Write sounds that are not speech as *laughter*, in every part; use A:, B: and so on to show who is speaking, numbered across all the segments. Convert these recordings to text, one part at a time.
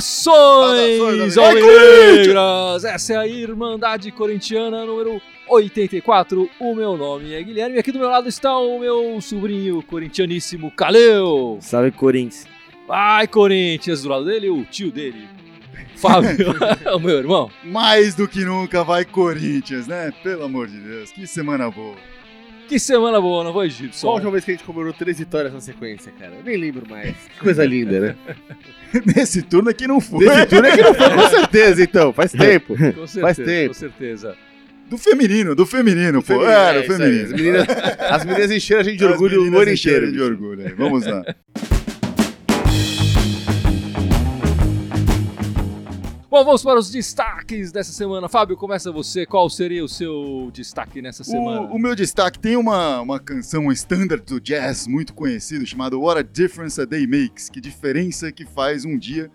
A: Saudações,
B: Saudações,
A: alvinegras! Essa é a Irmandade Corintiana número 84. O meu nome é Guilherme e aqui do meu lado está o meu sobrinho corintianíssimo Caleu.
B: Salve Corinthians.
A: Vai, Corinthians! Do lado dele, o tio dele,
B: *laughs*
A: Fábio, *laughs* o meu irmão.
B: Mais do que nunca vai Corinthians, né? Pelo amor de Deus, que semana boa. *laughs*
A: Que semana boa, não foi,
C: Qual a
A: Gibson?
C: última vez que a gente comemorou três vitórias na sequência, cara? Eu nem lembro mais. Que *laughs* coisa linda, né?
B: Nesse turno aqui não foi.
C: *laughs* Desse turno é que não foi, com certeza, então. *laughs* Faz tempo.
A: Com
C: Faz
A: certeza,
C: tempo.
A: com certeza.
B: Do feminino, do feminino, pô. Era,
C: é,
B: do
C: isso aí. As
B: feminino.
C: *laughs* meninas, as meninas encheram a gente de
B: As
C: orgulho, o
B: meninas
C: ouro
B: encheram
C: encheram.
B: de orgulho. aí. Vamos
C: *laughs*
B: lá.
A: Bom, vamos para os destaques dessa semana. Fábio, começa você. Qual seria o seu destaque nessa semana?
B: O, o meu destaque tem uma, uma canção, um standard do jazz muito conhecido, chamado What a Difference a Day Makes, que diferença que faz um dia,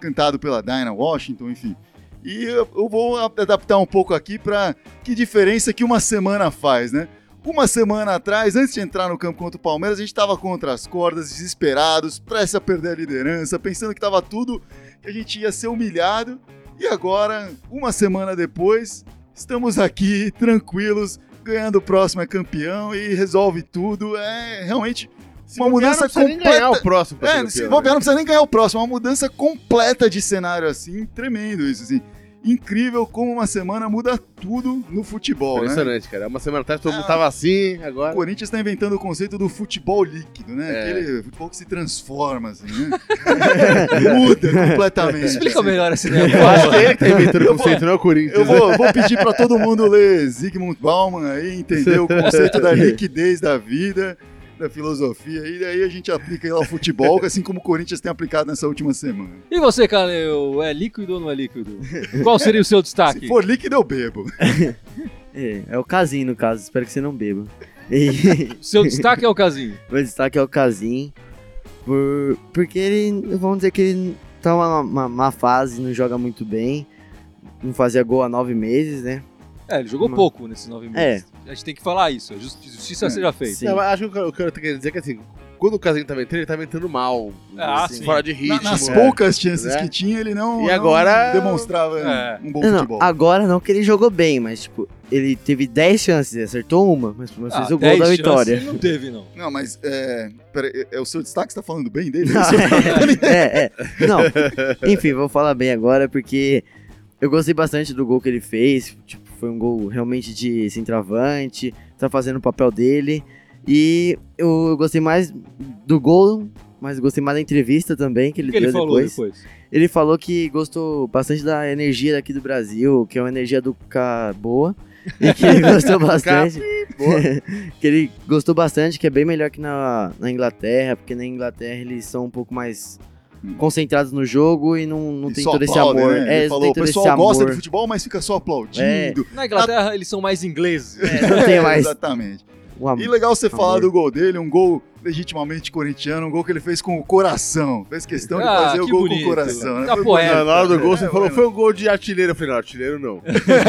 B: cantado pela Dinah Washington, enfim. E eu, eu vou a- adaptar um pouco aqui para que diferença que uma semana faz, né? Uma semana atrás, antes de entrar no campo contra o Palmeiras, a gente estava contra as cordas, desesperados, prestes a perder a liderança, pensando que estava tudo, que a gente ia ser humilhado. E agora, uma semana depois, estamos aqui tranquilos, ganhando o próximo é campeão e resolve tudo. É realmente
C: Se
B: uma
C: bobear, não
B: mudança
C: precisa nem
B: completa.
C: ganhar o próximo pra ser
B: É,
C: campeão,
B: se
C: né?
B: bobear, não precisa nem ganhar o próximo. É uma mudança completa de cenário, assim, tremendo isso, assim. Incrível como uma semana muda tudo no futebol, né?
C: Impressionante, cara. Uma semana atrás todo mundo
B: Ah.
C: tava assim, agora.
B: O Corinthians tá inventando o conceito do futebol líquido, né?
C: É.
B: Aquele futebol que se transforma, assim, né?
C: *laughs*
B: Muda completamente.
A: Explica
B: assim.
A: melhor essa ideia.
C: Eu acho que é ele que tá inventando o
B: Eu vou-
C: conceito, não é o Corinthians.
B: Eu vou, vou pedir pra todo mundo ler Zygmunt Bauman aí, entender o conceito da liquidez da vida, da filosofia, e daí a gente aplica aí ao futebol, assim como o Corinthians tem aplicado nessa última semana.
A: E você, Caleu, é líquido ou não é líquido? Qual seria o seu destaque?
B: *laughs* Se for líquido, eu bebo.
D: É, é o Casim, no caso. Espero que você não beba. E *laughs*
A: Seu destaque é o Casim.
D: meu destaque é o Casim. Por, porque ele, vamos dizer que ele tá uma, uma má fase, não joga muito bem. Não fazia gol há nove meses, né?
A: É, ele jogou
D: Mano.
A: pouco nesses nove meses. A gente tem que falar isso. a justi- Justiça
B: É,
A: seja feita.
D: sim.
C: Não, mas acho que o que eu- o que eu quero dizer é que assim, quando o Casinho tava entrando, ele tava entrando mal.
A: Ah,
C: assim,
A: sim.
C: Fora de ritmo.
B: Na- nas
C: é.
B: poucas chances
C: É.
B: que tinha, ele não,
C: E
B: não
C: agora-
B: demonstrava
A: É.
B: um bom
D: Não,
B: futebol.
D: não, agora não que ele jogou bem, mas tipo, ele teve 10 chances, acertou uma, mas pelo menos fez o gol
A: 10
D: da
A: Ah, chances *laughs*
D: vitória.
A: Não teve,
B: *laughs*
A: não.
B: Não, mas é, pera, é- é o seu destaque que você tá falando bem dele?
D: Não, é, é, é. Não. Enfim, vou falar bem agora porque eu gostei bastante do gol que ele fez. Tipo, foi um gol realmente de centroavante, tá fazendo o papel dele. E eu, eu gostei mais do gol, mas gostei mais da entrevista também que
A: O
D: ele
A: que
D: deu
A: ele falou
D: depois.
A: depois?
D: Ele falou que gostou bastante da energia daqui do Brasil, que é uma energia do Ca boa. E
B: *laughs*
D: que ele gostou bastante. *laughs* que ele gostou bastante, que é bem melhor que na, na Inglaterra, porque na Inglaterra eles são um pouco mais
B: Hum.
D: concentrados no jogo e não, *laughs* não
B: E
D: tem
B: só
D: todo esse
B: aplaudem,
D: amor.
B: né? Ele
D: É, eles
B: falou,
D: têm
B: o
D: todo esse
B: pessoal gosta de
D: amor.
B: futebol, mas fica só aplaudindo.
D: É.
A: Na Inglaterra, eles são mais
B: *laughs*
A: ingleses.
D: É, não tem mais
B: Exatamente.
D: o amor.
B: E legal você
D: Amor.
B: falar do gol dele, um gol legitimamente corintiano, um gol que ele fez com o coração. Fez questão de
A: Ah,
B: fazer o
A: que
B: gol com
A: bonito.
B: o coração. Né?
A: Tá
B: Foi
A: poético.
C: Na hora do gol, você
B: É,
C: falou,
B: mano.
C: foi um gol de artilheiro. Eu falei, não, artilheiro não.
B: bonito.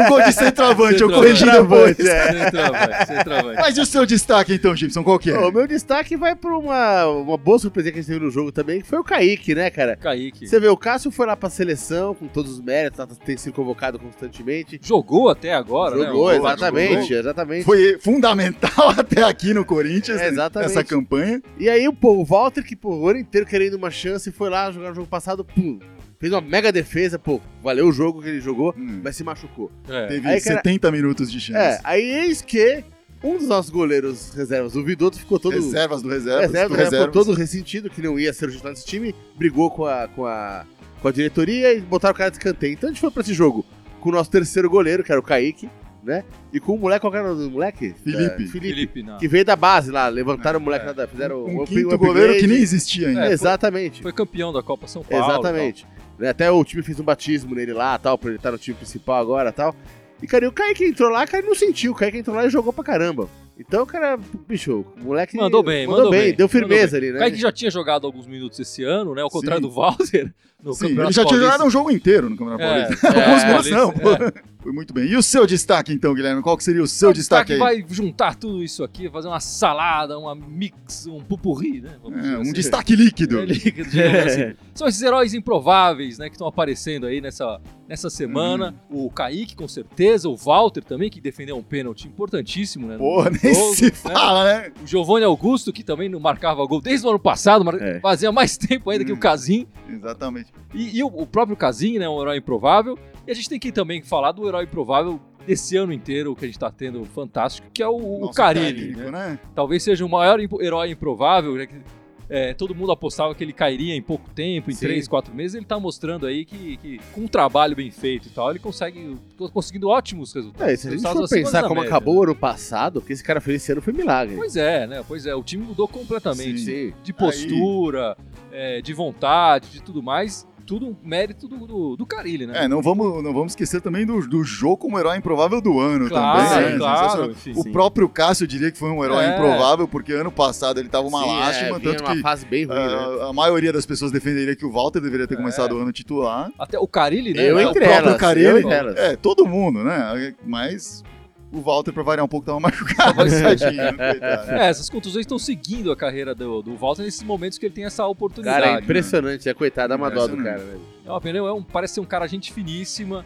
B: Um gol de centroavante,
A: *laughs*
B: eu
A: Centroavante.
B: corrigi depois.
A: *laughs*
B: é.
A: Centroavante, centroavante.
B: Mas e o seu destaque então, Gibson, qual que é?
C: Ô, O meu destaque vai pra uma, uma boa surpresa que a gente teve no jogo também, que foi o Kaique, né, cara?
A: Kaique.
C: Você vê, o Cássio foi lá pra seleção com todos os méritos, tá- tem sido convocado constantemente.
A: Jogou até agora, né?
C: jogou,
B: jogou,
C: exatamente,
B: jogou.
C: exatamente.
B: Foi fundamental *laughs* até aqui no Corinthians,
C: É,
B: né,
C: exatamente.
B: essa campanha.
C: E aí, pô, o Walter, que pô, o ano inteiro querendo uma chance, foi lá jogar no jogo passado, pum, fez uma mega defesa, pô, valeu o jogo que ele jogou,
B: Hum,
C: mas se machucou.
A: É.
B: Teve
C: Aí, cara-
B: 70 minutos de chance.
C: É, aí eis que um dos nossos goleiros reservas, o Vidoto, ficou todo...
B: Reservas do reservas,
C: reserva,
B: do
C: né, ficou
B: reservas.
C: todo ressentido, que não ia ser o titular desse time, brigou com a, com a, com a diretoria e botaram o cara de escanteio. Então a gente foi pra esse jogo com o nosso terceiro goleiro, que era o Kaique, né? E com o moleque, qual que era o nome do moleque?
B: Felipe.
C: É, Felipe.
A: Felipe, não.
C: Que veio da base lá, levantaram o moleque
A: É.
C: lá, da- fizeram
B: Um
C: o
B: quinto
C: upgrade.
B: goleiro que nem existia ainda.
A: É, foi-
C: Exatamente.
A: Foi então. campeão da Copa São Paulo.
C: Exatamente. Né, Até o time fez um batismo nele lá, tal, pra ele estar no time principal agora, tal. E, cara, e o Kaique entrou lá, cara, ele não sentiu. O Kaique entrou lá e jogou pra caramba. Então, cara, bicho, o moleque...
A: Mandou bem, mandou bem, mandou
C: Deu firmeza ali,
A: O
C: né?
A: Kaique já tinha jogado alguns minutos esse ano, né? Ao contrário
B: Sim.
A: do Walter. No
B: Sim,
A: Campeonato
B: ele já tinha
A: Paulista.
B: jogado um jogo inteiro no Campeonato
A: É,
B: Paulista.
A: é,
B: Alguns minutos
A: Paulista,
B: não, pô.
A: é.
B: *laughs* Foi muito bem. E o seu destaque, então, Guilherme? Qual que seria o seu
A: O
B: destaque, aí?
A: vai juntar tudo isso aqui, fazer uma salada, uma mix, um pupurri, né? Vamos
B: É,
A: dizer
B: um
A: assim. *laughs*
B: destaque líquido.
A: É, líquido,
B: *laughs*
A: digamos assim. São esses heróis improváveis, né, que estão aparecendo aí nessa, nessa semana.
B: Uhum.
A: O Kaique, com certeza, o Walter também, que defendeu um pênalti importantíssimo, né? no
B: Porra, nem
A: jogo,
B: se
A: né?
B: fala, né?
A: O Giovanni Augusto, que também não marcava gol desde o ano passado, mar-
D: É.
A: fazia mais tempo ainda que o
B: Hum.
A: Casim.
B: Exatamente.
A: E, e o, o próprio Casim, né, um herói improvável. E a gente tem que também falar do herói improvável desse ano inteiro que a gente tá tendo fantástico, que é o, o
B: Nosso
A: Carilli,
B: técnico,
A: né? Talvez seja o maior impo- herói improvável, já que é, todo mundo apostava que ele cairia em pouco tempo, em
C: Sim.
A: três, quatro meses. Ele tá mostrando aí que, que com um trabalho bem feito e tal, ele consegue, tô conseguindo ótimos resultados.
C: É, se a gente
A: Resultados
C: for
A: acima
C: pensar
A: da
C: como
A: média,
C: acabou
A: né?
C: o ano passado, o que esse cara fez esse ano foi um milagre.
A: Pois é, né? Pois é, o time mudou completamente.
C: Sim.
A: de postura, é, de vontade, de tudo mais, tudo um mérito do, do, do Carilli, né?
B: É, não vamos, não vamos esquecer também do, do jogo como herói improvável do ano
A: claro,
B: também. né?
A: claro.
B: Sensacional.
A: enfim.
B: O próprio Cássio diria que foi um herói
A: É.
B: improvável, porque ano passado ele tava uma
C: Sim,
B: lástima,
C: é, vinha
B: tanto
C: numa
B: que
C: fase bem ruim, né?
B: ah, a maioria das pessoas defenderia que o Walter deveria ter
A: É.
B: começado o ano titular.
A: Até o Carilli, né?
C: Eu
A: é o
C: entre
A: próprio-
C: elas,
B: Carilli,
C: eu entre elas.
B: É, todo mundo, né? Mas o Walter, pra variar um pouco, tava *laughs* machucado.
A: Mas-
B: tadinho, né? coitado.
A: É, essas contusões estão seguindo a carreira do, do Walter nesses momentos que ele tem essa oportunidade.
C: Cara, é impressionante, é coitado, dá uma dó do cara,
B: Impressionante.
C: né?
A: É uma pena, é um, parece ser um cara gente finíssima,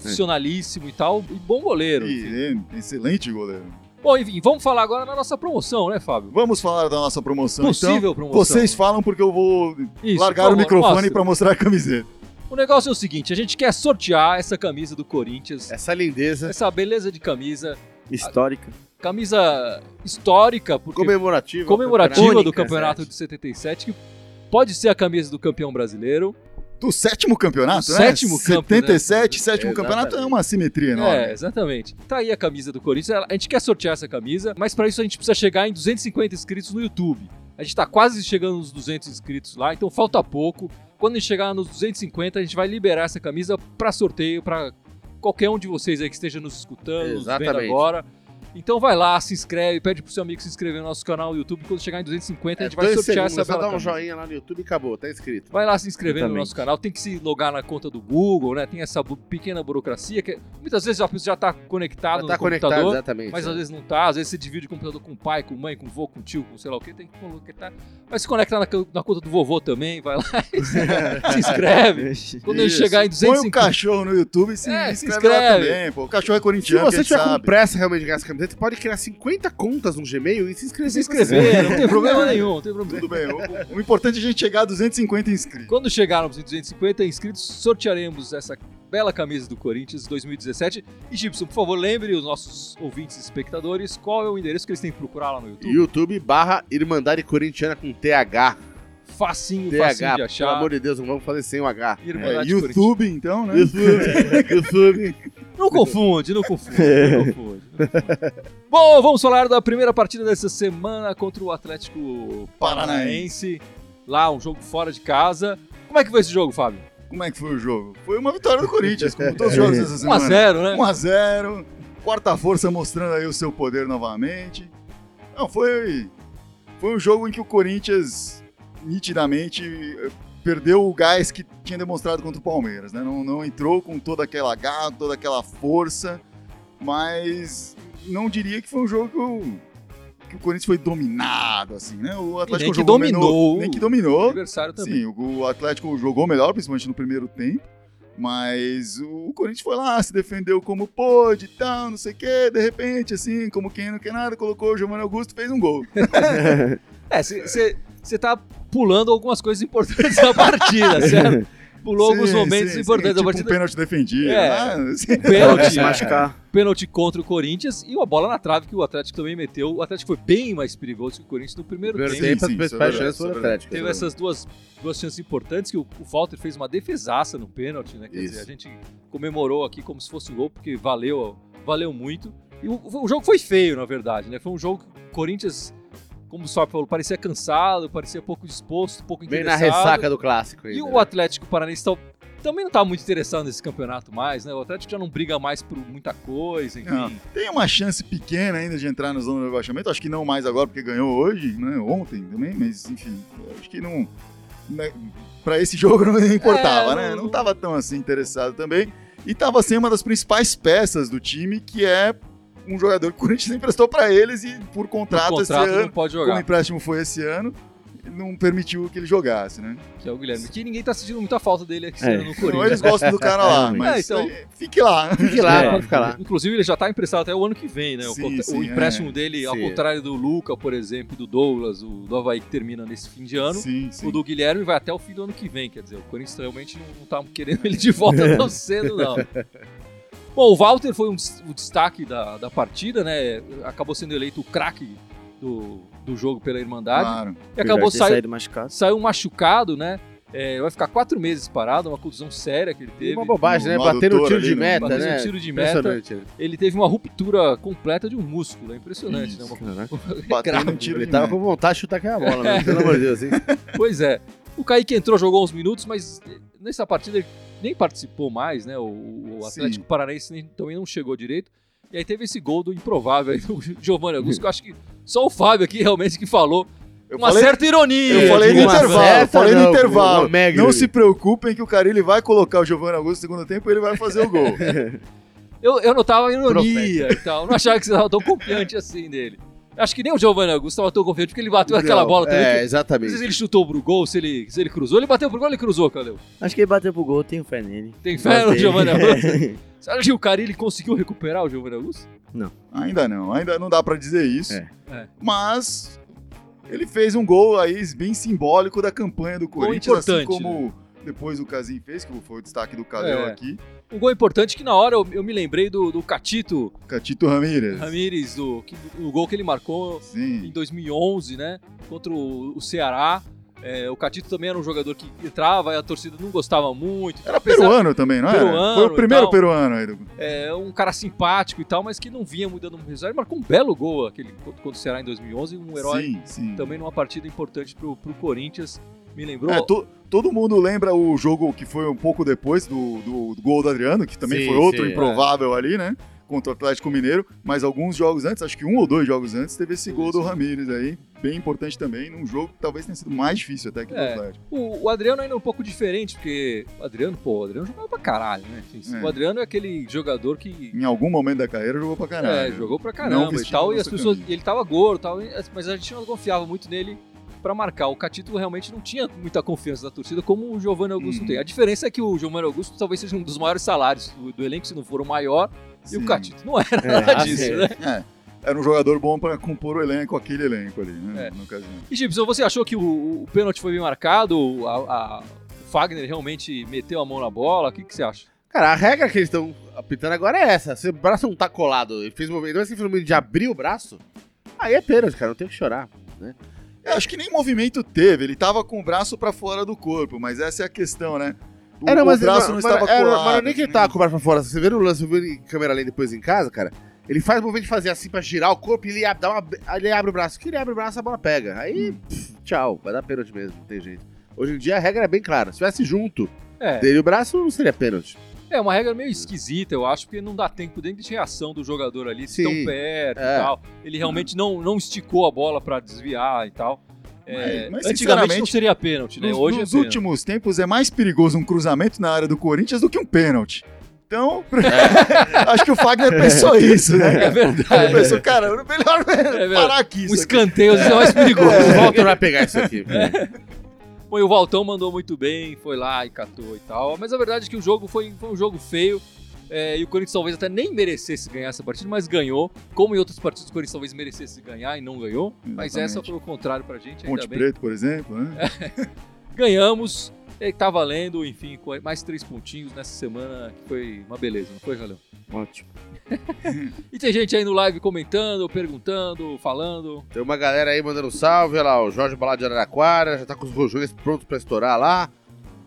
A: profissionalíssimo e tal, e bom goleiro. enfim.
B: E, é, excelente goleiro.
A: Bom, enfim, vamos falar agora da nossa promoção, né, Fábio?
B: Vamos falar da nossa promoção, então.
A: Possível promoção.
B: Vocês falam porque eu vou
A: Isso,
B: largar
A: por favor,
B: o microfone
A: mostra.
B: pra mostrar a camiseta.
A: O negócio é o seguinte, a gente quer sortear essa camisa do
B: É.
A: Corinthians,
C: Essa lindeza
A: essa beleza de camisa,
D: Histórica.
A: camisa histórica, porque
C: comemorativa.
A: comemorativa do
D: Única,
A: campeonato de 77, que pode ser a camisa do campeão brasileiro.
B: Do sétimo campeonato,
A: Do
B: né?
A: sétimo campo,
B: 77, sétimo
C: É,
B: campeonato é
C: exatamente.
B: uma simetria enorme.
A: É, exatamente. Tá aí a camisa do Corinthians. Ela- A gente quer sortear essa camisa, mas pra isso a gente precisa chegar em 250 inscritos no YouTube. A gente tá quase chegando nos 200 inscritos lá, então falta pouco. Quando a gente chegar nos 250, a gente vai liberar essa camisa pra sorteio pra qualquer um de vocês aí que esteja nos escutando, nos vendo
C: Exatamente.
A: agora. Então vai lá, se inscreve, pede pro seu amigo se inscrever no nosso canal no YouTube. Quando chegar em 250, a gente vai
C: É dois
A: sortear
C: segundos,
A: essa
C: só
A: bela
C: dá um
A: camisa.
C: joinha lá no YouTube e acabou, tá inscrito.
A: Vai lá se inscrever no
D: Exatamente.
A: nosso canal, tem que se logar na conta do Google, né? Tem essa bu- pequena burocracia que muitas vezes a pessoa já tá conectado
C: Já
A: no
C: tá conectado,
A: computador,
C: exatamente.
A: mas
C: é.
A: às vezes não tá, às vezes você divide o computador com o pai, com mãe, com o vô, com o tio, com sei lá o que, tem que conectar. Mas se conectar na, co- na conta do vovô também, vai lá e se inscreve. Quando ele
B: Isso.
A: chegar em
B: Põe um
A: 250,
B: cachorro no YouTube e se,
A: É, se
B: inscreve, lá
A: inscreve.
B: também, pô. O cachorro é
C: Se
B: corintiano,
C: você
B: quem
C: tiver com
B: sabe.
C: pressa realmente de ganhar essa camiseta, você pode criar 50 contas no Gmail e se inscrever.
A: se inscrever, *laughs* não tem problema nenhum, não tem problema.
B: Tudo bem. O, o importante é a gente chegar a 250 inscritos.
A: Quando chegarmos em 250 inscritos, sortearemos essa bela camisa do Corinthians 2017. E Gibson, por favor, lembre os nossos ouvintes e espectadores qual é o endereço que eles têm que procurar lá no YouTube.
C: YouTube barra Irmandade Corintiana com TH.
A: Facinho, facinho
C: TH,
A: de
C: pelo
A: achar.
C: amor de Deus, não vamos fazer sem o H.
B: É,
A: Irmandade Corinthians.
B: YouTube, então, né?
C: *laughs* YouTube, YouTube.
A: Não confunde, não confunde,
B: *laughs*
A: não confunde. não confunde. Bom, vamos falar da primeira partida dessa semana contra o Atlético Paranaense. Lá, um jogo fora de casa. Como é que foi esse jogo, Fábio?
B: Como é que foi o jogo? Foi uma vitória do Corinthians, como todos os jogos dessa semana.
A: 1x0, né?
B: 1x0. Quarta força mostrando aí o seu poder novamente. Não, foi, foi um jogo em que o Corinthians nitidamente eh, perdeu o gás que tinha demonstrado contra o Palmeiras, né? Não, não entrou com toda aquela garra, toda aquela força, mas não diria que foi um jogo que o, que o Corinthians foi dominado, assim, né? O Atlético
A: nem que
B: jogou melhor-
A: dominou.
B: nem que
A: O
B: dominou.
A: adversário também.
B: Sim, o o Atlético jogou melhor, principalmente no primeiro tempo. Mas o Corinthians foi lá, se defendeu como pôde e tal, não sei o quê. De repente, assim, como quem não quer nada, colocou o Giovanni Augusto e fez um gol.
A: É, você tá pulando algumas coisas importantes da partida, certo? Pulou alguns
B: Sim,
A: momentos
B: sim, sim,
A: importantes da
B: tipo um
A: partida.
B: pênalti defendido.
A: É.
B: né? Assim,
D: Pode
B: *laughs*
A: pênalti,
D: se machucar.
A: pênalti contra o Corinthians e uma bola na trave que o Atlético também meteu. O Atlético foi bem mais perigoso que o Corinthians no primeiro
C: Primeiro
A: tempo.
B: Sim,
C: tempo,
B: sim, isso
C: as
B: é verdade,
C: principais chances
B: isso é
C: foram
B: verdade.
C: Atlético.
A: Teve essas duas, duas chances importantes que o, o Walter fez uma defesaça no pênalti, né? Quer
C: Isso.
A: dizer, a gente comemorou aqui como se fosse um gol, porque valeu, valeu muito. E o, o jogo foi feio, na verdade, né? Foi um jogo que o Corinthians, como o Sop falou, parecia cansado, parecia pouco disposto, pouco
C: Bem na
A: interessado.
C: ressaca do clássico.
A: E
C: ainda,
A: o
C: né?
A: Atlético Paranaense tá- também não tá muito interessado nesse campeonato mais, né? O Atlético já não briga mais por muita coisa, enfim.
B: Não. Tem uma chance pequena ainda de entrar na zona do rebaixamento. Acho que não mais agora, porque ganhou hoje, né? Ontem também, mas enfim, acho que não. Né, pra esse *laughs* jogo não importava,
A: É,
B: né?
A: não-
B: Não tava tão assim interessado também. E tava sem uma das principais peças do time, que é um jogador que o Corinthians emprestou pra eles e por contrato,
A: o
B: esse
A: contrato
B: ano,
A: não pode
B: como o
A: jogar,
B: empréstimo foi esse ano, não permitiu que ele jogasse, né?
A: que é o Guilherme. Que ninguém tá sentindo muita falta dele aqui
D: É.
A: no
B: Então,
A: Corinthians.
B: eles gostam do cara lá,
A: *laughs*
D: É,
B: mas
A: então-
B: aí, *laughs* fique lá.
C: Fique lá,
D: É.
C: pode ficar lá.
A: Inclusive, ele já tá emprestado até o ano que vem, né? O
B: Sim,
A: contra- o,
B: sim, é.
A: empréstimo dele, ao
C: Sim.
A: contrário do Luca, por exemplo, e do Douglas, o do Havaí que termina nesse fim de ano.
B: Sim, sim.
A: O do Guilherme vai até o fim do ano que vem, quer dizer, o Corinthians realmente não, não tá querendo ele de
C: É.
A: volta tão cedo,
C: *laughs*
A: não. Bom, o Walter foi um des- o destaque da, da partida, né? Acabou sendo eleito o craque do, do jogo pela Irmandade.
B: Claro.
C: Ah,
A: e acabou
D: Apesar de ter
A: saindo
D: saído machucado.
A: saiu machucado, né? É, vai ficar quatro meses parado, uma contusão séria que ele teve.
C: Uma bobagem, né?
B: no
C: Batendo
B: adutor
C: um tiro
B: ali,
C: de
B: no-
C: meta,
A: Bateu
C: né?
A: um tiro de meta.
C: Impressionante. né?
A: Ele teve uma ruptura completa de um músculo, é impressionante,
B: Isso.
A: né? Uma-
D: Caraca.
B: Batendo
A: grave.
B: um tiro
C: Ele
B: de
C: tava
B: meta.
C: com vontade de chutar aquela
A: *laughs*
C: bola,
A: É.
C: né? Pelo amor de Deus, hein?
A: Pois é. O Kaique entrou, jogou uns minutos, mas nessa partida ele nem participou mais, né? O, o Atlético Paranaense nem- também não chegou direito. E aí teve esse gol do improvável aí do *laughs* Giovanni Augusto, que eu acho que só o Fábio aqui realmente que falou.
B: Eu
A: uma
B: falei-
A: certa ironia.
B: Eu falei no
A: digamos
C: É, uma
A: assim.
B: intervalo,
C: certa,
B: falei no
C: não,
B: intervalo.
C: uma magra.
B: Não se preocupem que o cara ele vai colocar o Giovanni Augusto no segundo tempo e ele vai fazer o
C: *laughs*
B: gol.
A: Eu, eu notava a ironia e tal. Não achava que você estava tão confiante assim nele. Acho que nem o Giovanni Augusto estava tão confiante, porque ele bateu aquela
C: Não,
A: bola também.
C: É,
A: que- não sei se
C: exatamente.
A: ele chutou pro gol, se ele, se ele cruzou. Ele bateu pro gol, ele cruzou, Caleu.
D: Acho que ele bateu pro gol, tenho fé nele.
A: Tem fé no
D: Gostei.
A: Giovanni Augusto?
B: *laughs*
A: Você acha que o Carilli conseguiu recuperar o Giovanni Augusto?
B: Ainda não, ainda não dá pra dizer isso.
D: É.
A: É.
B: Mas ele fez um gol aí bem simbólico da campanha do
A: Gol
B: Corinthians, assim
A: importante, né?
B: como depois o Casim fez, que foi o destaque do Caleu
A: É.
B: aqui.
A: Um gol importante que na hora eu, eu me lembrei do, do Catito
B: Catito Ramírez.
A: Ramírez, do, que- o gol que ele marcou em
B: Sim.
A: 2011, né? Contra o, o Ceará. É, o Catito também era um jogador que entrava e a torcida não gostava muito.
B: Era
A: Apesar-
B: peruano também, não era?
A: Peruano
B: foi o
A: e
B: primeiro
A: tal.
B: peruano aí do
A: É um cara simpático e tal, mas que não vinha muito dando um resultado. Ele marcou um belo gol aquele contra o Ceará em 2011, um herói
B: Sim, sim.
A: também numa partida importante pro, pro Corinthians. Me lembrou.
B: É, to- todo mundo lembra o jogo que foi um pouco depois do, do- do gol do Adriano, que também
C: Sim,
B: foi outro
A: é.
C: sim,
B: improvável ali, né? Contra o Atlético Mineiro, mas alguns jogos antes, acho que um ou dois jogos antes, teve esse gol do Ramírez aí, bem importante também, num jogo que talvez tenha sido mais difícil até que do
A: É.
B: Atlético.
A: O, o Adriano ainda é um pouco diferente, porque o Adriano, pô, o Adriano jogava pra caralho, né? Assim,
B: É.
A: O Adriano é aquele jogador que
B: Em algum momento da carreira jogou pra caralho.
A: é, jogou pra caramba e
B: vestiu a
A: tal, e
B: nossa
A: as pessoas,
B: camisa.
A: e ele tava gordo e tal, e as- mas a gente não confiava muito nele pra marcar. O Catito realmente não tinha muita confiança da torcida como o Giovanni Augusto
B: Uhum.
A: tem. A diferença é que o Giovanni Augusto talvez seja um dos maiores salários do, do elenco, se não for o maior, e o
B: Sim.
A: Catito não é. era nada disso,
C: assim,
A: né?
B: É, era um jogador bom pra compor o elenco, aquele elenco ali, né?
A: É.
B: No casinho.
A: *laughs* E Gibson, você achou que o, o pênalti foi bem marcado? A- a- o Fagner realmente meteu a mão na bola? O que, que você acha?
C: Cara, a regra que eles estão apitando agora é essa. Se o braço não tá colado e fez um movimento, mas se fez um movimento de abrir o braço, aí é pênalti, cara. Não tem o que chorar.
B: Eu acho que nem movimento teve, ele tava com o braço pra fora do corpo, mas essa é a questão, né? O,
C: Era, mas,
B: o braço
C: mas-
B: não estava
C: mas, era-
B: colado.
C: mas nem que ele
B: né?
C: tava com o braço pra fora. Você vê no lance, eu vi em câmera lenta depois em casa, cara. Ele faz o movimento de fazer assim pra girar o corpo e ele, ab- dá uma, ele abre o braço. Que ele abre o braço, a bola pega.
B: Hum.
C: Aí, pff, tchau. Vai dar pênalti mesmo, não tem jeito. Hoje em dia a regra é bem clara. Se tivesse junto
A: É.
C: dele o braço, não
B: *laughs*
C: seria pênalti.
A: É uma regra meio esquisita, eu acho, porque não dá tempo nem de reação do jogador ali, se
C: Sim.
A: tão perto
C: É.
A: e tal. Ele realmente não, não esticou a bola pra desviar e tal. É,
B: Mas- mas,
A: antigamente não
B: sinceramente,
A: seria pênalti, né?
B: Nos,
A: Hoje
B: nos
A: é pênalti.
B: últimos tempos é mais perigoso um cruzamento na área do Corinthians do que um pênalti. Então, *laughs* acho que o Fagner *laughs* pensou isso, né?
A: É
B: cara? Ele
A: verdade.
B: pensou, cara, melhor
A: verdade.
B: parar aqui.
A: O
B: isso aqui.
A: escanteio às vezes é mais perigoso.
C: O
A: Bom,
C: Walter vai pegar
B: *laughs*
C: isso aqui.
B: É.
A: Bom, e o Valtão mandou muito bem, foi lá e catou e tal. Mas a verdade é que o jogo foi, foi um jogo feio. é, e o Corinthians talvez até nem merecesse ganhar essa partida, mas ganhou. Como em outros partidos, o Corinthians talvez merecesse ganhar e não ganhou. Mas
B: Exatamente.
A: essa foi o contrário pra gente, ainda
B: Ponte
A: bem.
B: Preta, por exemplo, né?
A: ganhamos. E tá valendo, enfim, com mais três pontinhos nessa semana, que foi uma beleza, não foi, Valeu?
D: Ótimo.
A: E tem gente aí no live comentando, perguntando, falando.
C: Tem uma galera aí mandando um salve, olha lá, o Jorge Balado de Araraquara, já tá com os rojões prontos pra estourar lá.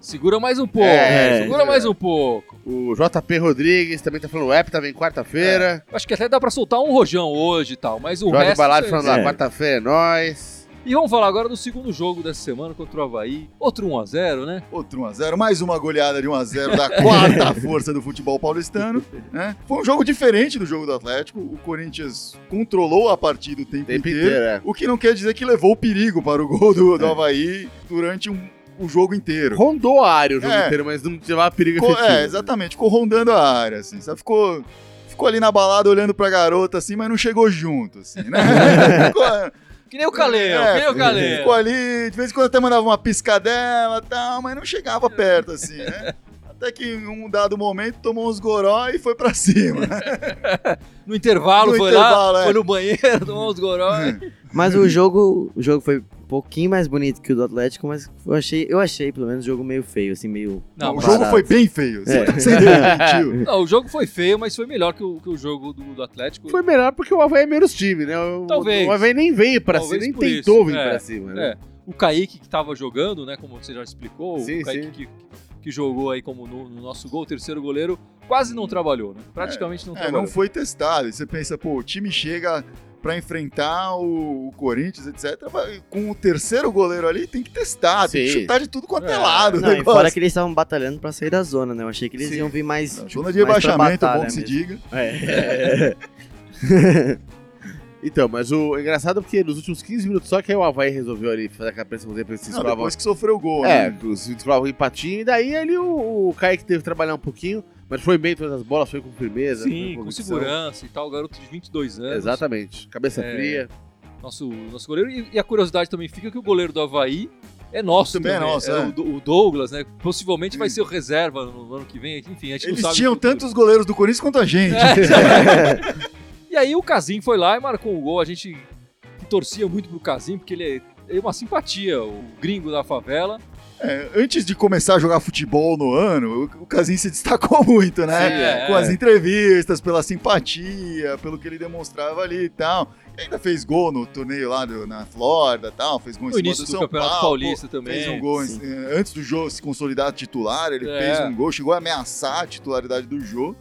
A: Segura mais um pouco,
C: É,
A: segura
C: é.
A: mais um pouco.
C: O JP Rodrigues também tá falando, o Epta vem quarta-feira.
A: Acho que até dá pra soltar um rojão hoje e tal, mas o
C: Jorge
A: resto...
C: Balado falando lá,
D: É.
C: quarta-feira é nóis.
A: E vamos falar agora do segundo jogo dessa semana contra o Havaí. Outro 1x0, né?
B: Outro 1x0, mais uma goleada de 1x0 da *laughs* quarta força do futebol paulistano. Né? Foi um jogo diferente do jogo do Atlético. O Corinthians controlou a partida o tempo,
C: Tempo
B: inteiro. É.
C: inteiro, é.
B: O que não quer dizer que levou o perigo para o gol do, do Havaí durante um o jogo inteiro.
C: Rondou a área o jogo
B: É.
C: inteiro, mas não levava perigo *laughs*
B: Ficou-
C: efetivo.
B: é, exatamente, ficou rondando a área, assim, sabe? Ficou, ficou ali na balada olhando pra garota, assim, mas não chegou junto, assim, né? ficou,
A: Que nem o Caleu,
B: É,
A: que nem o Caleu.
B: ficou ali, de vez em quando até mandava uma piscadela e tal, mas não
A: É.
B: chegava perto, assim, né? Até que em um dado momento tomou uns goró e foi pra cima.
A: No intervalo,
B: No
A: foi
B: intervalo,
A: lá,
B: é.
A: foi no banheiro, *laughs* tomou uns goróis.
D: Mas o jogo, o jogo foi um pouquinho mais bonito que o do Atlético, mas eu achei, eu achei pelo menos o jogo meio feio, assim, meio.
A: Não,
B: o
A: mas-
B: jogo
D: barato.
B: foi bem feio, você
D: É.
B: tá sendo gentil.
A: não, o jogo foi feio, mas foi melhor que o, que o jogo do, do Atlético.
C: Foi melhor porque o Havaí é menos time, né? O,
A: Talvez.
C: O Havaí nem veio pra
A: Talvez
C: cima, nem
A: por isso,
C: tentou vir
A: é.
C: pra cima, né?
A: É. O Kaique que tava jogando, né? Como você já explicou,
C: Sim,
A: o Kaique
C: sim.
A: que, que jogou aí como no, no nosso gol, o terceiro goleiro, quase não trabalhou, né? Praticamente não
B: É,
A: trabalhou.
B: não foi testado. E você pensa, pô, o time chega pra enfrentar o, o Corinthians, etc. vai- Com o terceiro goleiro ali, tem que testar, tem que
C: Sim.
B: chutar de tudo quanto é,
A: É,
B: lado. o
D: Não, e
B: negócio.
D: fora que eles estavam batalhando pra sair da zona, né? Eu achei que eles
C: Sim.
D: iam vir mais.
B: A
D: tipo,
B: Zona de
D: mais pra
B: rebaixamento, é
D: batalha
B: bom que se
D: mesmo.
B: diga.
D: É.
C: *laughs* Então, mas o é engraçado porque nos últimos 15 minutos só que aí o Havaí resolveu ali fazer aquela pressão depois que se
B: Não,
C: escolavam.
B: Ah, depois que sofreu o gol,
C: É,
B: né?
C: se escolavam empatinho, e daí ali o, o Kaique teve que trabalhar um pouquinho, mas foi bem todas as bolas, foi com firmeza. foi
A: Sim, com
C: convicção.
A: segurança e tal, garoto de 22 anos.
C: Exatamente. Cabeça
A: É.
C: fria.
A: Nosso, nosso goleiro. E, e a curiosidade também fica que o goleiro do Havaí é nosso
B: Também
A: também.
B: é nosso, é.
A: o, Do- o Douglas, né? Possivelmente vai
B: Sim.
A: ser o reserva no ano que vem. Enfim, a gente não
B: Eles
A: sabe.
B: tinham
A: o futuro.
B: tantos goleiros do Corinthians quanto a gente.
A: E aí o Casim foi lá e marcou o gol. A gente torcia muito pro Casim, porque ele é, é uma simpatia, o gringo da favela.
B: É, antes de começar a jogar futebol no ano, o, o Casim se destacou *laughs* muito, né?
A: É,
B: Com
A: é.
B: as entrevistas, pela simpatia, pelo que ele demonstrava ali e tal. E ainda fez gol no torneio lá do- na Flórida e tal, fez gol em
A: No
B: cima
A: início
B: do
A: do,
B: São
A: Campeonato
B: Paulo.
A: Paulista
B: pô,
A: também.
B: Fez um gol em-
D: sim.
B: eh, antes do jogo se consolidar titular, ele
A: É.
B: fez um gol, chegou a ameaçar a titularidade do jogo.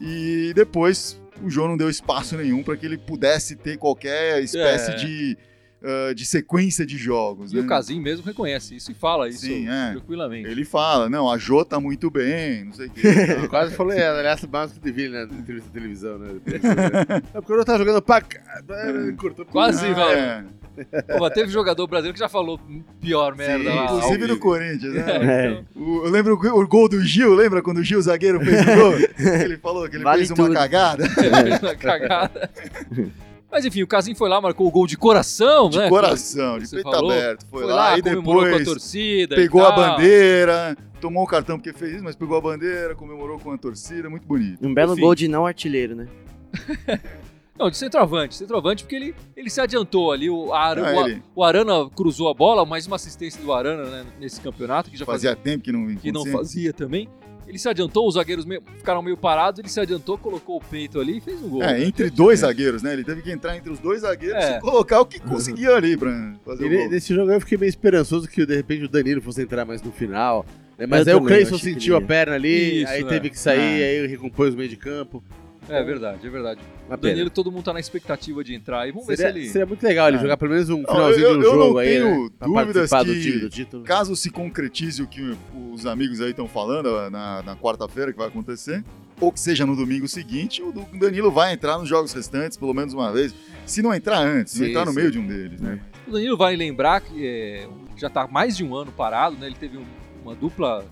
B: E depois o jogo não deu espaço nenhum para que ele pudesse ter qualquer espécie
A: É.
B: de, eh, de sequência de jogos.
A: E
B: né?
A: o Casim mesmo reconhece isso e fala isso
B: Sim, é.
A: tranquilamente.
B: Ele fela, não, a Jô tá muito bem, não sei
A: *laughs*
B: o quê.
C: Eu quase falei, é, aliás, mais que devia, né? Na entrevista de televisão, né?
A: *laughs*
C: É porque eu tava jogando pra. cá, Cortou
A: Hum. Quase,
B: Ah,
A: velho.
B: é.
A: Pô, mas teve jogador brasileiro que já falou pior merda
B: Sim,
A: lá. ao
B: inclusive no
A: vivo.
B: Corinthians, né?
A: É, então.
B: O- eu lembro o go- o gol do Gil, lembra quando o Gil zagueiro fez o
A: *laughs*
B: gol? ele falou que ele
D: Vale
B: fez uma
D: tudo.
B: cagada.
A: Uma
B: *laughs*
A: cagada. Mas enfim, o Casim foi lá, marcou o gol de coração,
B: De
A: né?
B: coração, de
A: Você
B: peito
A: falou?
B: aberto. Foi,
A: Foi
B: lá,
A: lá,
B: e
A: comemorou com a
B: depois
A: torcida. e
B: pegou a
A: tal.
B: bandeira, tomou o cartão porque fez isso, mas pegou a bandeira, comemorou com a torcida, muito bonito.
D: Um belo
A: Enfim.
D: gol de não artilheiro, né?
A: Não, de centroavante, centroavante, porque ele, ele se adiantou ali. O, Ara-
B: Ah,
A: o A-
B: ele
A: o Arana cruzou a bola, mais uma assistência do Arana né, nesse campeonato, que já fazia,
B: fazia tempo que não vinha assim.
A: que não
B: acontecendo.
A: fazia também. Ele se adiantou, os zagueiros meio- ficaram meio parados, ele se adiantou, colocou o peito ali e fez um gol.
B: É, entre dois zagueiros, né? Ele teve que entrar entre os dois zagueiros
A: É.
B: e colocar o que conseguia ali pra fazer
C: E
B: o
C: ne-
B: gol.
C: nesse jogo eu fiquei meio esperançoso que de repente o Danilo fosse entrar mais no final. né? Mas
D: Eu
C: aí o
D: também, eu
C: Cleison
D: achei que
C: sentiu a
D: ele ia.
C: perna ali,
A: Isso,
C: aí
A: é.
C: teve que sair, aí recompôs o meio de campo.
A: É verdade, é verdade.
C: Uma
A: O
C: pena.
A: Danilo, todo mundo tá na expectativa de entrar. E vamos
C: seria,
A: ver se ele.
C: seria muito legal ele
B: Ah.
C: jogar pelo menos um
B: Não,
C: finalzinho
B: eu-
C: de um
B: eu não
C: jogo aí,
B: tenho
C: né? Pra
B: dúvidas
C: participar
B: que-
C: do time do título. *laughs*
B: Caso se concretize o que os amigos aí estão falando ah, na, na quarta-feira que vai acontecer, ou que seja no domingo seguinte, o Du- Danilo vai entrar nos jogos restantes pelo menos uma vez. Se não entrar antes, se não
C: Sim,
B: entrar no
C: sim.
B: meio de um deles, né?
A: O Danilo vai lembrar que é, já tá mais de um ano parado, né? Ele teve um- uma dupla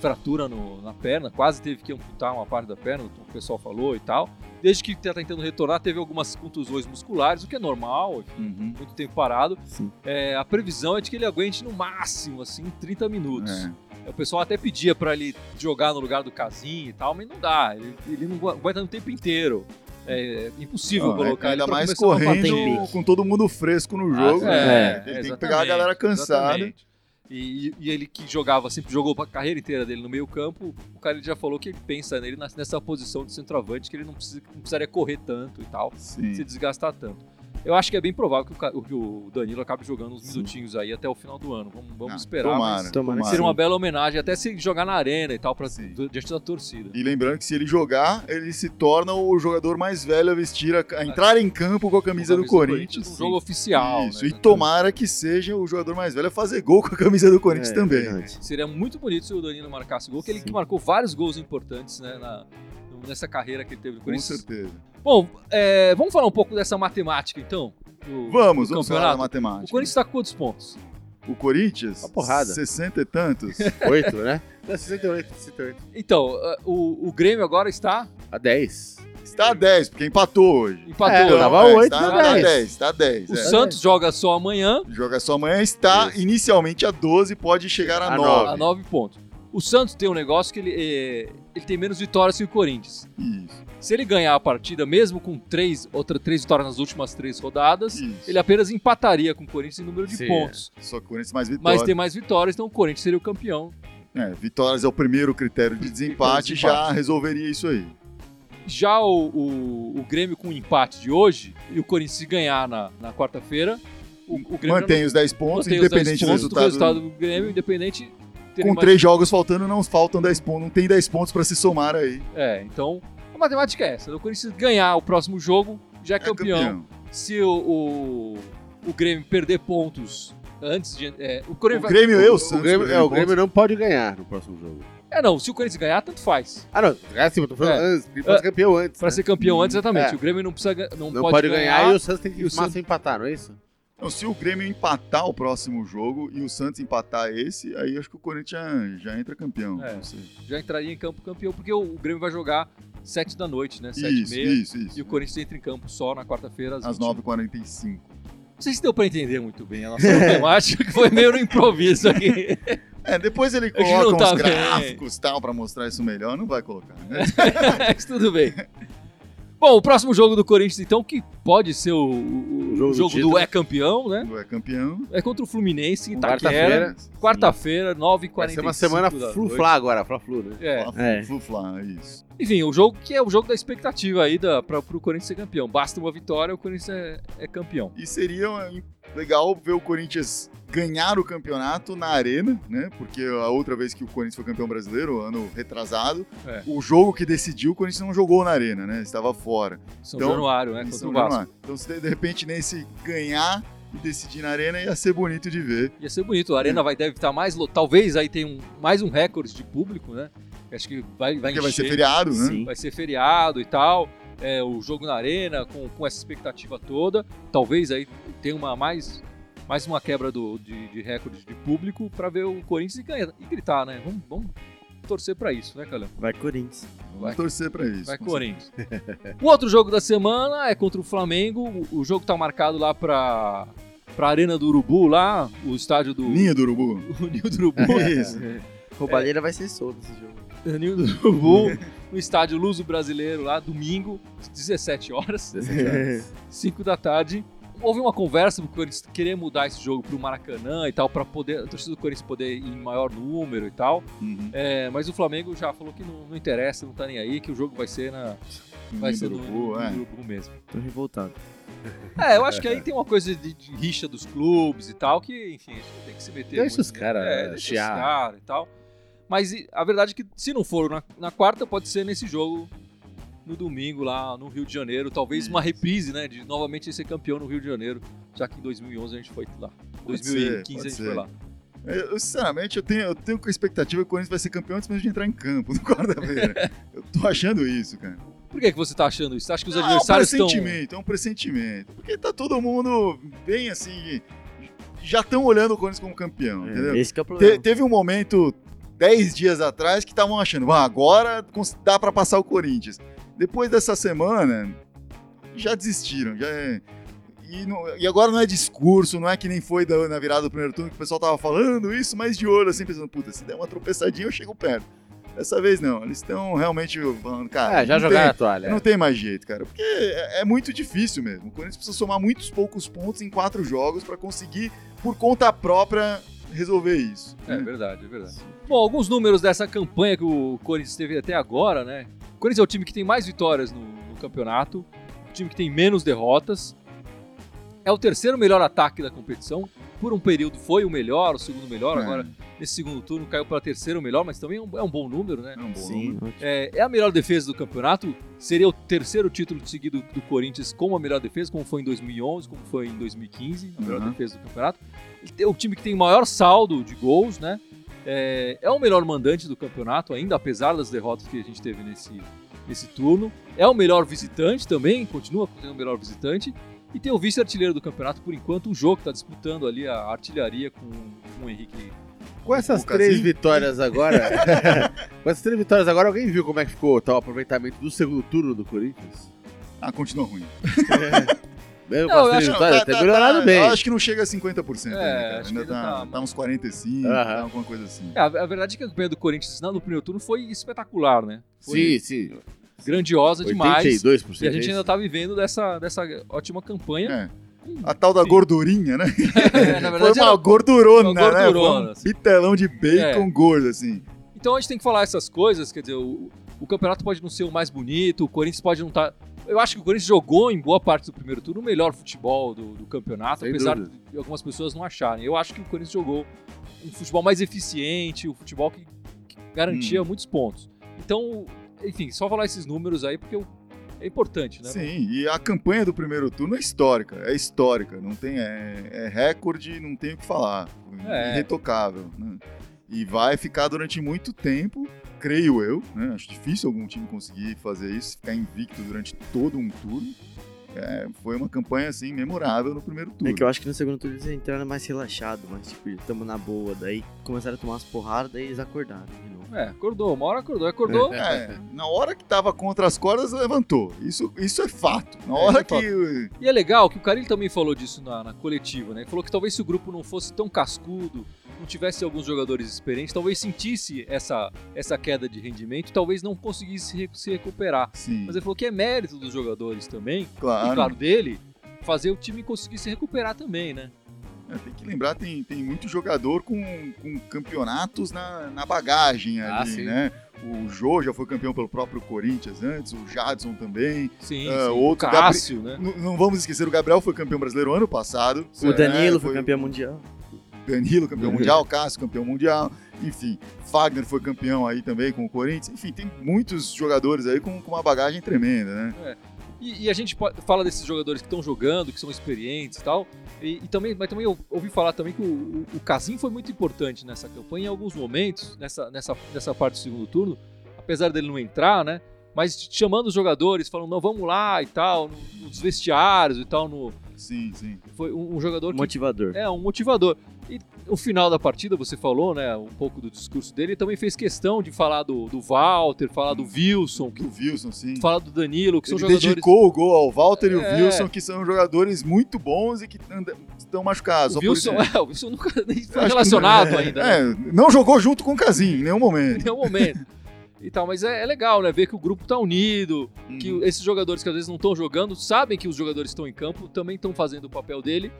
A: fratura no- na perna, quase teve que amputar uma parte da perna, o pessoal falou e tal. Desde que tá tentando retornar, teve algumas contusões musculares, o que é normal,
B: Uhum.
A: muito tempo parado.
D: Sim.
A: É, a previsão é de que ele aguente no máximo, assim, 30 minutos.
B: É.
A: O pessoal até pedia pra ele jogar no lugar do Casim e tal, mas não dá. Ele, ele não aguenta no tempo inteiro. É, é impossível
B: Não,
A: colocar ele
B: ainda
A: pra
B: mais
A: começar uma
D: partida.
B: correndo com todo mundo fresco no jogo.
A: ah,
B: né?
A: é,
B: Ele
A: é,
B: tem que pegar a
A: exatamente,
B: galera cansada.
A: exatamente. E, e ele que jogava, sempre jogou a carreira inteira dele no meio campo, o cara ele já falou que ele pensa nele nas- nessa posição de centroavante, que ele não, precisa, não precisaria correr tanto e tal, se
B: Sim.
A: desgastar tanto. Eu acho que é bem provável que o, Ca- que o Danilo acabe jogando uns
D: Sim.
A: minutinhos aí até o final do ano. Vamos, vamos
B: Ah,
A: esperar,
B: tomara,
A: mas
D: tomara que
A: seria uma
D: sim.
A: bela homenagem, até se jogar na arena e tal, pra,
B: Sim.
A: do- diante da torcida.
B: E lembrando que se ele jogar, ele se torna o jogador mais velho a vestir, a, a entrar em campo com a camisa, do Corinthians.
A: Um jogo oficial.
B: Isso,
A: né?
B: e tomara que seja o jogador mais velho a fazer gol com a camisa do Corinthians
D: É,
B: também.
D: verdade.
A: Seria muito bonito se o Danilo marcasse gol, que ele que
D: Sim.
A: marcou vários gols importantes né, na- nessa carreira que ele teve no
B: Com
A: Corinthians.
B: certeza.
A: Bom, é, vamos falar um pouco dessa matemática, então? do-
B: Vamos,
A: do
B: vamos falar da
A: campeonato. O
B: matemática.
A: Corinthians está com quantos pontos?
B: O Corinthians,
C: Uma porrada.
B: 60 e tantos.
C: 8, né? Não, 68, 68.
A: Então, ah, o, o Grêmio agora está
C: A 10.
B: Está a 10, porque empatou hoje.
A: empatou. né?
C: É, tava
B: é,
C: oito,
B: está,
C: tá
B: está
C: dez.
B: 10. Está 10.
A: o
B: é.
A: Santos joga só amanhã
B: Joga só amanhã, está inicialmente a 12, pode chegar a,
C: A
B: 9.
A: a 9 pontos. O Santos tem um negócio que ele, é, ele tem menos vitórias que o Corinthians.
B: Isso,
A: Se ele ganhar a partida, mesmo com três, outra, três vitórias nas últimas três rodadas,
B: isso.
A: ele apenas empataria com o Corinthians em número de
C: Sim,
A: pontos.
B: Só que o Corinthians mais vitórias.
A: Mas tem mais vitórias, então o Corinthians seria o campeão.
B: É, vitórias é o primeiro critério de desempate, já resolveria isso aí.
A: Já o, o- o Grêmio com o empate de hoje, e o Corinthians se ganhar na, na quarta-feira, o, o Grêmio
B: Mantém os 10
A: não-
B: pontos,
A: mantém os dez
B: independente do
A: pontos
B: resultado.
A: do Grêmio, independente...
B: Com
A: terem mais-
B: três jogos faltando, não faltam 10 pontos, não tem 10 pontos pra se somar aí.
A: É, então a matemática é essa. O Corinthians ganhar o próximo jogo, já é campeão. Se o, o, o Grêmio perder pontos antes de... é, o Grêmio,
B: O Grêmio e o Santos.
C: O Grêmio, é,
B: perdendo
C: o Grêmio
B: pontos.
C: não pode ganhar no próximo jogo.
A: vai... É, não. Se o Corinthians ganhar, tanto faz.
C: Ah, não. Ganhar sim, eu tô falando
A: É.
C: antes. Ele pode ser campeão antes.
A: Pra
C: né?
A: ser campeão antes, exatamente.
C: É.
A: O Grêmio não, precisa, ga- não,
C: Não pode, ganhar, e o Santos tem que
A: e o
C: máximo
A: Santos-
C: empatar, não é isso?
B: Não, Então, se o Grêmio empatar o próximo jogo e o Santos empatar esse, aí acho que o Corinthians já, já entra campeão.
A: É.
B: não sei.
A: já entraria em campo campeão, porque o, o Grêmio vai jogar sete da noite, né? Sete e
B: Isso,
A: meia.
B: isso, isso.
A: E o Corinthians um. entra em campo só na quarta-feira às,
B: Às
A: 21.
B: 9h45.
A: Não sei se deu pra entender muito bem
C: *laughs*
A: a nossa matemática, que foi meio no improviso aqui. *laughs*
B: É, depois ele
A: que não
B: coloca uns
A: tá bem.
B: gráficos e tal pra mostrar isso melhor. Não vai colocar, né?
A: *laughs* Mas tudo bem. Bom, o próximo jogo do Corinthians, então, que pode ser o, o- o
C: O
A: jogo,
C: jogo do
A: do
C: título.
A: é campeão, né?
B: Não é campeão.
A: É contra o Fluminense em Itaquera.
C: Quarta-feira.
A: Quarta-feira, 9h45.
C: Vai ser uma semana
A: da
C: flu-flá agora, fla-flu, né?
A: noite. É.
D: É.
B: Fla-Fla, isso.
A: Enfim, o jogo que é o jogo da expectativa aí da, pra, pro Corinthians ser campeão. Basta uma vitória, o Corinthians é, é campeão.
B: E seria eh, legal ver o Corinthians ganhar o campeonato na arena, né? Porque a outra vez que o Corinthians foi campeão brasileiro, ano retrasado,
A: É.
B: o jogo que decidiu, o Corinthians não jogou na arena, né? Estava fora.
A: São
B: Então,
A: Januário, né?
B: Em
A: Contra
B: São
A: o Vasco.
B: Januário. Então, se de- de repente nesse ganhar e decidir na arena, ia ser bonito de ver.
A: Ia ser bonito. A arena vai deve estar mais lo- talvez aí tenha um, mais um recorde de público, né? Acho que vai vai
B: Porque vai ser
A: encher.
B: feriado, né?
D: Sim.
A: vai ser feriado e tal. é, o jogo na arena com, com essa expectativa toda, talvez aí tenha uma mais mais uma quebra do, de, de recorde de público para ver o Corinthians e, ganhar, e gritar, né? Vamos, vamos torcer para isso, né, Calhão?
D: Vai Corinthians.
B: Vamos
A: Vai-
B: torcer pra isso.
A: Vai
B: com
A: Corinthians.
B: *laughs*
A: o outro jogo da semana é contra o Flamengo. O, o jogo tá marcado lá para para Arena do Urubu lá, o estádio do
B: certeza. Ninho do Urubu.
A: *laughs* o Ninho do Urubu.
B: É
A: *laughs*
B: Isso.
A: É.
D: Roubalheira vai ser solto esse jogo.
A: Ninho do Urubu, *laughs* no estádio Luso Brasileiro lá, domingo, 17
B: *laughs*
A: horas, 5 da tarde. Houve uma conversa porque eles queriam mudar esse jogo pro Maracanã e tal, pra poder, a torcida do Corinthians poder ir em maior número e tal.
B: Uhum.
A: É, mas o Flamengo já falou que não, não interessa, não tá nem aí, que o jogo vai ser na vai
B: Ninho
A: ser
B: do
A: no,
B: Urubu,
A: no
B: é.
A: Urubu mesmo.
D: *laughs* Tô revoltado.
A: É, eu acho que aí tem uma coisa de, de rixa dos clubes e tal, que, enfim, a gente não tem que se meter.
C: Deixa
A: muito,
C: os caras
A: né? É, deixa os
C: chiar.
A: caras e tal. Mas e, a verdade é que se não for na, na quarta, pode ser nesse jogo no domingo lá no Rio de Janeiro. Talvez uma reprise, né? De novamente ser campeão no Rio de Janeiro, já que em 2011 a gente foi lá.
B: Pode
A: 2015
B: ser, pode
A: a gente
B: ser.
A: foi lá.
B: Eu, sinceramente, eu tenho, eu tenho com a expectativa que o Corinthians vai ser campeão antes mesmo de entrar em campo *laughs* no quarta-feira. né? eu tô achando isso, cara.
A: Por que, que você tá achando isso? Você acha que os
B: Ah,
A: adversários
B: é um
A: estão.
B: pressentimento, é um pressentimento. Porque tá todo mundo bem assim. Já estão olhando o Corinthians como campeão, entendeu?
D: Esse que é o
B: Te-
D: problema.
B: teve um momento, 10 dias atrás, que estavam achando, ah, agora cons- dá pra passar o Corinthians. Depois dessa semana, já desistiram. Já é- e, não- e agora não é discurso, não é que nem foi da- na virada do primeiro turno que o pessoal tava falando isso, mas de olho, assim, pensando, puta, se der uma tropeçadinha eu chego perto. Dessa vez não, eles estão realmente falando, cara.
C: É, já
B: não tem-
C: jogaram a toalha.
B: não tem mais jeito, cara, porque é é muito difícil mesmo. O Corinthians precisa somar muitos poucos pontos em quatro jogos pra conseguir, por conta própria, resolver isso. Hum,
A: É verdade, é verdade. Bom, alguns números dessa campanha que o Corinthians teve até agora, né? O Corinthians é o time que tem mais vitórias no, no campeonato, o time que tem menos derrotas. É o terceiro melhor ataque da competição. Por um período foi o melhor, o segundo melhor.
B: É.
A: Agora, nesse segundo turno, caiu para terceiro melhor, mas também é um, é um bom número, né?
B: É um bom
D: Sim,
B: número.
D: ótimo.
A: É, é a melhor defesa do campeonato. Seria o terceiro título seguido do Corinthians como a melhor defesa, como foi em 2011, como foi em 2015, a melhor
B: Uhum.
A: defesa do campeonato. Ele tem- É o time que tem o maior saldo de gols, né? É, é o melhor mandante do campeonato ainda, apesar das derrotas que a gente teve nesse, nesse turno. É o melhor visitante também, continua sendo o melhor visitante. E tem o vice-artilheiro do campeonato, por enquanto, o jogo que está disputando ali a artilharia com, com o Henrique.
C: Com essas
B: Bocazinho.
C: três vitórias
D: *laughs*
C: agora. com essas três vitórias agora, alguém viu como é que ficou tá, o aproveitamento do segundo turno do Corinthians?
B: Ah, continua ruim. tá,
C: Mesmo
A: Não,
C: com
A: eu
C: as três
A: acho-
C: vitórias, tem tá, melhorado bem.
B: Eu acho que não chega a 50%
A: É,
B: ainda, cara.
A: acho
B: Ainda
A: que
B: tá,
A: ainda
B: tá,
A: tá-
B: uns 45,
C: Aham.
B: tá alguma coisa assim.
A: É, a, a verdade é que a campanha do Corinthians não, no primeiro turno foi espetacular, né? Foi
C: Sim, sim.
A: grandiosa demais.
C: 82%.
A: E a gente ainda
C: tá...
A: tá vivendo dessa, dessa ótima campanha.
B: É. A tal da
A: Sim.
B: gordurinha, né?
A: É, *laughs* na
B: Foi
A: verdade,
B: uma
A: era-
B: gordurona,
A: uma
B: né? Foi
A: gordurona,
B: um
A: assim. É.
B: pitelão de bacon gordo, assim.
A: Então a gente tem que falar essas coisas, quer dizer, o, o campeonato pode não ser o mais bonito, o Corinthians pode não estar. Eu acho que o Corinthians jogou em boa parte do primeiro turno o melhor futebol do, do campeonato,
C: Sem
A: apesar
C: dúvida.
A: de algumas pessoas não acharem. Eu acho que o Corinthians jogou um futebol mais eficiente, um futebol que, que garantia
B: Hum.
A: muitos pontos. Então, enfim, só falar esses números aí porque eu- é importante, né?
B: Sim, e a campanha do primeiro turno é histórica, é histórica, não tem, é, é recorde, não tem o que falar,
A: É.
B: é irretocável, né? E vai ficar durante muito tempo, creio eu, né? Acho difícil algum time conseguir fazer isso, ficar invicto durante todo um turno. É, foi uma campanha, assim, memorável no primeiro turno.
D: É que eu acho que no segundo turno eles entraram mais relaxado, mas tipo, tamo na boa. Daí começaram a tomar umas porradas, daí eles acordaram de novo.
A: É, acordou, uma hora acordou, acordou.
B: É, na hora que tava contra as cordas, levantou. Isso, isso é fato. Na
A: É, isso
B: hora
A: é
B: que.
A: E é legal que o Carilli também falou disso na, na coletiva, né? Ele falou que talvez se o grupo não fosse tão cascudo, não tivesse alguns jogadores experientes, talvez sentisse essa, essa queda de rendimento, talvez não conseguisse re- se recuperar.
B: Sim,
A: Mas ele falou que é mérito dos jogadores também, e
B: claro.
A: claro dele, fazer o time conseguir se recuperar também, né?
B: É, tem que lembrar, tem, tem muito jogador com, com campeonatos na, na bagagem
C: Ah,
B: ali,
C: sim.
B: né? O Jô já foi campeão pelo próprio Corinthians antes, o Jadson também.
A: Sim,
B: É,
A: sim.
B: outro
A: o Cássio, né?
B: N- não vamos esquecer, o Gabriel foi campeão brasileiro ano passado.
D: O Danilo
B: né?
D: foi campeão mundial.
B: Danilo,
D: *laughs*
B: campeão mundial, Cássio, campeão mundial, enfim, Fagner foi campeão aí também com o Corinthians, enfim, tem muitos jogadores aí com, com uma bagagem tremenda, né?
A: E, e a gente po- fala desses jogadores que estão jogando, que são experientes e tal. E, e também, mas também eu ouvi falar também que o, o, o Casim foi muito importante nessa campanha em alguns momentos, nessa, nessa, nessa parte do segundo turno, apesar dele não entrar, né? Mas chamando os jogadores, falando, não, vamos lá e tal, no- nos vestiários e tal. No,
B: Sim, sim.
A: foi um, um jogador que
D: Motivador.
A: é um motivador. E o final da partida, você falou, né? Um pouco do discurso dele, ele também fez questão de falar do, do Walter, falar do Wilson, que,
B: Do Wilson, sim.
A: falar do Danilo, que são
B: Hum. Ele
A: jogadores.
B: dedicou o gol ao Walter e o
A: É.
B: Wilson, que são jogadores muito bons e que anda- estão
A: O
B: machucados. só por
A: Wilson,
B: isso.
A: *laughs* é, o Wilson nunca nem
B: Eu
A: foi
B: acho que-
A: relacionado ainda, né?
B: É, não jogou junto com o Casim em nenhum
A: Em
B: momento.
A: nenhum momento. E tal, mas é, é legal, né? Ver que o grupo tá unido, *laughs* que
B: Uhum.
A: esses jogadores que às vezes não estão jogando sabem que os jogadores que estão em campo, também estão fazendo o papel dele.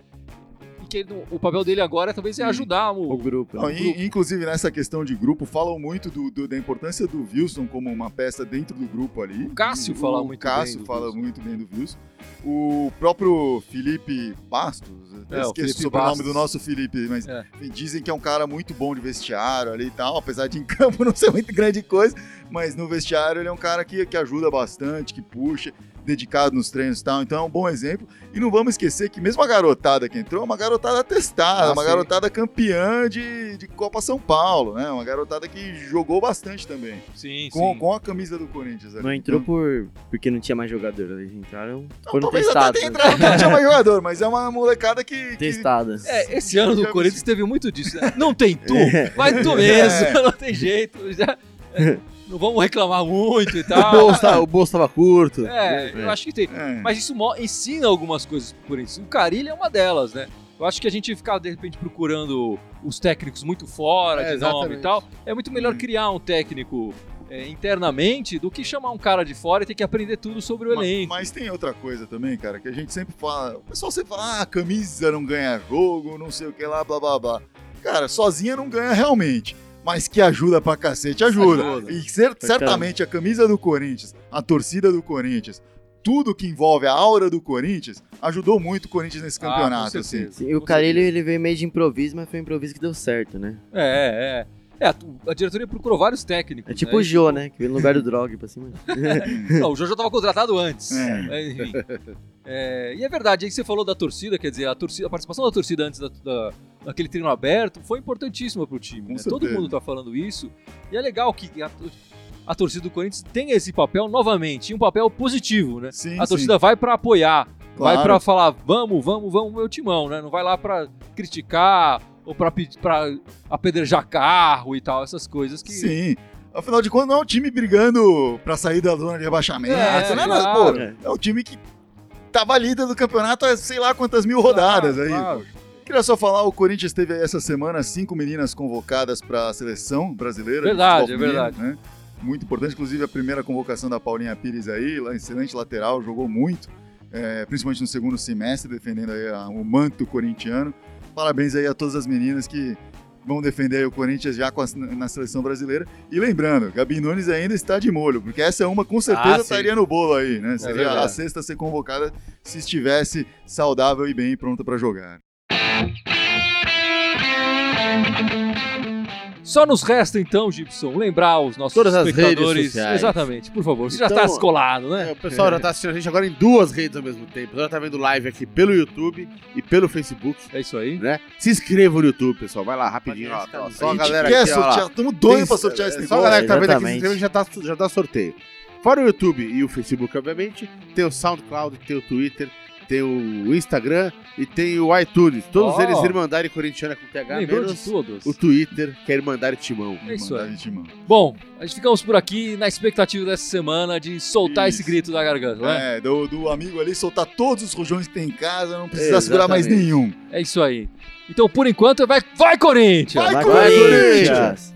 A: E que ele não- o papel dele agora talvez é
B: Sim.
A: ajudar
D: O
A: o.
D: grupo. né?
B: Não, Então, e- inclusive nessa questão de grupo, falam muito do- do- da importância do Wilson como uma peça dentro do grupo ali.
A: O Cássio
B: E
A: fala muito
B: O Cássio
A: bem do
B: fala
A: Wilson.
B: muito bem do Wilson. O próprio Felipe Bastos, eu
A: É, o
B: esqueço
A: Felipe
B: o sobrenome
A: Bastos.
B: do nosso Felipe, mas
A: É.
B: enfim, dizem que é um cara muito bom de vestiário ali e tal, apesar de em campo *laughs* não ser muito grande coisa, mas no vestiário ele é um cara que, que ajuda bastante, que puxa, dedicado nos treinos e tal, então é um bom exemplo. E não vamos esquecer que mesmo a garotada que entrou é uma garotada testada,
C: Ah,
B: uma
C: sim.
B: garotada campeã de, de Copa São Paulo, né? Uma garotada que jogou bastante também,
A: Sim,
B: com,
A: sim.
B: com a camisa do Corinthians. ali.
D: Não entrou
B: Então,
D: por porque não tinha mais jogador. Eles entraram,
B: não,
D: foram
B: talvez
D: testados. né?
B: até tenha entrado, não tinha mais jogador, mas é uma molecada que... que-
D: Testadas.
A: É, esse ano do
B: Digamos
A: Corinthians teve muito disso,
B: *laughs*
A: né? Não tem tu, vai tu
B: É.
A: mesmo, *laughs* não tem jeito. já- é, não vamos reclamar muito e
B: *laughs*
C: O
A: tal.
C: bolso, tá- o bolso tava curto.
A: É, eu acho que tem.
B: É.
A: Mas isso mo- ensina algumas coisas pro Corinthians. O Carilli é uma delas, né? Eu acho que a gente ficar, de repente, procurando os técnicos muito fora,
C: É,
A: de nome
C: exatamente.
A: e tal. É muito melhor
B: Hum.
A: criar um técnico é, internamente do que chamar um cara de fora e ter que aprender tudo sobre o
B: Ma-
A: elenco.
B: Mas, tem outra coisa também, cara, que a gente sempre fala. O pessoal sempre fala, ah, a camisa não ganha jogo, não sei o que lá, blá blá blá. Cara, sozinha não ganha realmente. Mas que ajuda pra cacete, ajuda.
A: Ajuda.
B: E cer- certamente a camisa do Corinthians, a torcida do Corinthians, tudo que envolve a aura do Corinthians, ajudou muito o Corinthians nesse
A: Ah, com
B: campeonato, assim.
A: certeza.
D: Sim, o
A: Com
D: Carilho ele veio meio de improviso, mas foi um improviso que deu certo, né?
A: É, é. É, a- a diretoria procurou vários técnicos.
D: É tipo o Jô, né? Que veio no lugar do Drog pra cima.
A: Não, o Jojo estava contratado antes.
B: É.
A: É, enfim. É, e é verdade, aí você falou da torcida, quer dizer, a, torcida, a participação da torcida antes da, da- daquele treino aberto foi importantíssima pro time.
B: Com
A: né? Todo
B: certeza.
A: mundo tá falando isso. E é legal que a, tor- a torcida do Corinthians tem esse papel novamente, e um papel positivo, né?
B: Sim,
A: a
B: sim.
A: torcida vai para apoiar. Vai pra falar, vamos, vamos, vamos, meu timão, né? Não vai lá pra criticar ou pra, pe- pra apedrejar carro e tal, essas coisas que.
B: Sim. Afinal de contas, não é um time brigando pra sair da zona de rebaixamento.
A: É,
B: não é, nada,
A: claro.
B: pô, é um time que tava líder do campeonato há sei lá quantas mil rodadas
A: Ah,
B: aí.
A: claro.
B: Queria só falar, o Corinthians teve aí essa semana cinco meninas convocadas para a seleção brasileira. de
A: Verdade,
B: futebol
A: é
B: feminino, né? Muito importante, inclusive a primeira convocação da Paulinha Pires aí, lá, excelente lateral, jogou muito, é, principalmente no segundo semestre, defendendo aí a- o manto corintiano. Parabéns aí a todas as meninas que vão defender aí o Corinthians já com a- na seleção brasileira. E lembrando, Gabi Nunes ainda está de molho, porque essa é uma com certeza
A: Ah, sim. É
B: estaria no bolo aí, né? Seria a
A: verdade.
B: sexta a ser convocada se estivesse saudável e bem e pronta para jogar.
A: Só nos resta então, Gibson, lembrar os nossos
C: Todas as redes
A: espectadores.
C: sociais.
A: Exatamente, por favor. Você já
C: Então,
A: tá descolado, né?
C: É, o pessoal já tá assistindo a gente agora em duas redes ao mesmo tempo. Já tá vendo live aqui pelo YouTube e pelo Facebook,
A: É isso aí.
C: né? Se inscreva no YouTube, pessoal. Vai lá rapidinho. Ó, tá- só a galera aqui, ó, lá.
B: estamos
C: Tem- é,
B: esse
C: Só a galera que tá vendo aqui, se
D: Exatamente.
C: inscreve, já, tá, já dá sorteio. Fora o YouTube e o Facebook, obviamente, tem o SoundCloud, tem o Twitter, tem o Instagram e tem o iTunes. Todos
A: Ó.
C: eles Irmandade Corintiana com TH,
A: Lembrou
C: menos
A: de todos.
C: o Twitter, que é Irmandade Timão.
A: É isso aí.
B: Mandar a gente,
A: Bom, a gente ficamos por aqui na expectativa dessa semana de soltar
B: Isso.
A: esse grito da garganta,
B: mano.
A: né?
B: É, do, do amigo ali soltar todos os rojões que tem em casa, não precisa segurar mais
C: Exatamente.
B: nenhum.
A: É isso aí. Então, por enquanto, vai, vai Corinthians!
B: Vai,
D: Vai,
B: Corinthians!
D: Corinthians!